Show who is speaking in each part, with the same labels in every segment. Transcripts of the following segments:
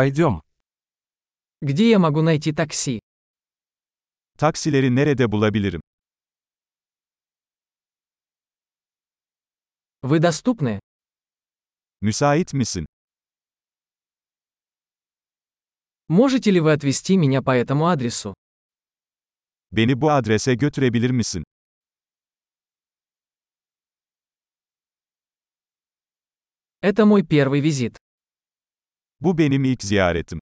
Speaker 1: Пойдем.
Speaker 2: Где я могу найти такси?
Speaker 3: Taksileri nerede bulabilirim?
Speaker 2: Вы доступны?
Speaker 3: Müsait misin?
Speaker 2: Можете ли вы отвезти меня по этому адресу?
Speaker 3: Beni bu adrese götürebilir misin?
Speaker 2: Это мой первый визит.
Speaker 3: Bu benim ilk ziyaretim.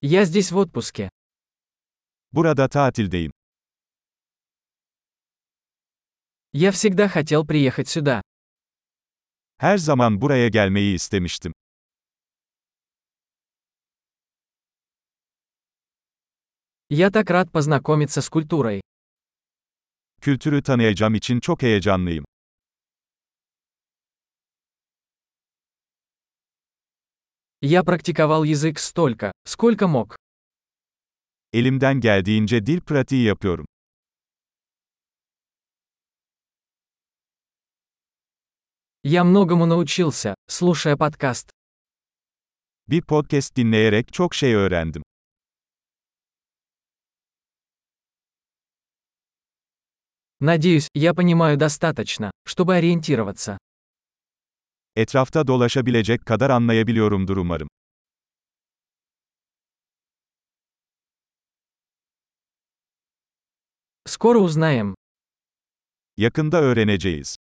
Speaker 2: Я здесь в отпуске.
Speaker 3: Burada tatildeyim.
Speaker 2: Я всегда хотел приехать сюда.
Speaker 3: Her zaman buraya gelmeyi istemiştim.
Speaker 2: Я так рад познакомиться с культурой.
Speaker 3: Kültürü tanıyacağım için çok heyecanlıyım.
Speaker 2: Я практиковал язык столько, сколько мог.
Speaker 3: Elimden geldiğince dil pratiği yapıyorum.
Speaker 2: Я многому научился, слушая подкаст.
Speaker 3: Bir podcast dinleyerek çok şey öğrendim.
Speaker 2: Надеюсь, я понимаю достаточно, чтобы ориентироваться.
Speaker 3: Etrafta dolaşabilecek kadar anlayabiliyorumdur umarım.
Speaker 2: Скоро узнаем.
Speaker 3: Yakında öğreneceğiz.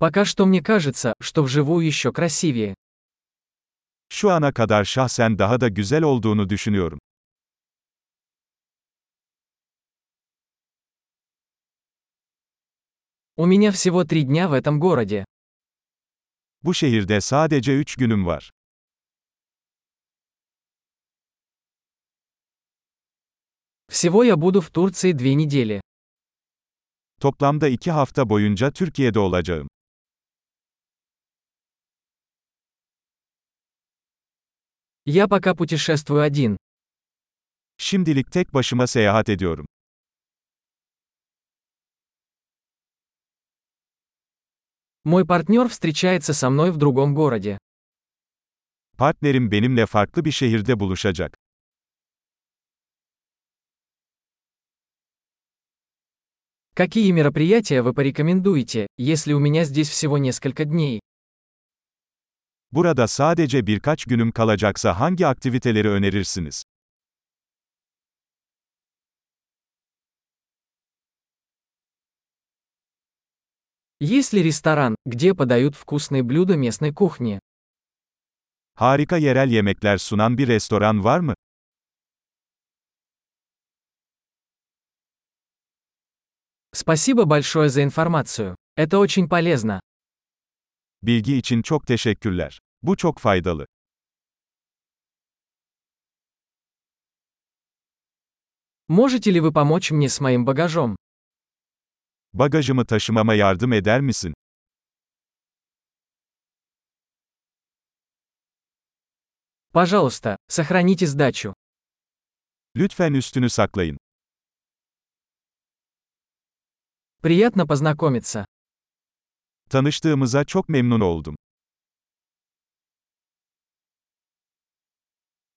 Speaker 2: Пока что мне кажется, что вживую еще красивее.
Speaker 3: Şu ana kadar şahsen daha da güzel olduğunu düşünüyorum.
Speaker 2: У меня всего три дня в этом городе.
Speaker 3: Bu şehirde sadece 3 günüm var.
Speaker 2: Всего я буду в Турции две недели.
Speaker 3: Toplamda 2 hafta boyunca Türkiye'de olacağım.
Speaker 2: Я пока путешествую один.
Speaker 3: Şimdilik tek başıma seyahat ediyorum.
Speaker 2: Мой партнер встречается со мной в другом городе.
Speaker 3: Partnerim benimle farklı bir şehirde buluşacak.
Speaker 2: Какие мероприятия вы порекомендуете, если у меня здесь всего несколько дней?
Speaker 3: Burada sadece birkaç günüm kalacaksa hangi aktiviteleri önerirsiniz?
Speaker 2: Есть ли ресторан, где подают вкусные блюда местной кухни?
Speaker 3: Harika yerel yemekler sunan bir restoran var mı?
Speaker 2: Спасибо большое за информацию. Это очень полезно.
Speaker 3: Bilgi için çok teşekkürler. Bu çok faydalı.
Speaker 2: Можете ли вы помочь мне с моим багажом?
Speaker 3: Bagajımı taşımama yardım eder misin?
Speaker 2: Пожалуйста, сохраните сдачу.
Speaker 3: Lütfen üstünü saklayın.
Speaker 2: Приятно познакомиться.
Speaker 3: Tanıştığımıza çok memnun oldum.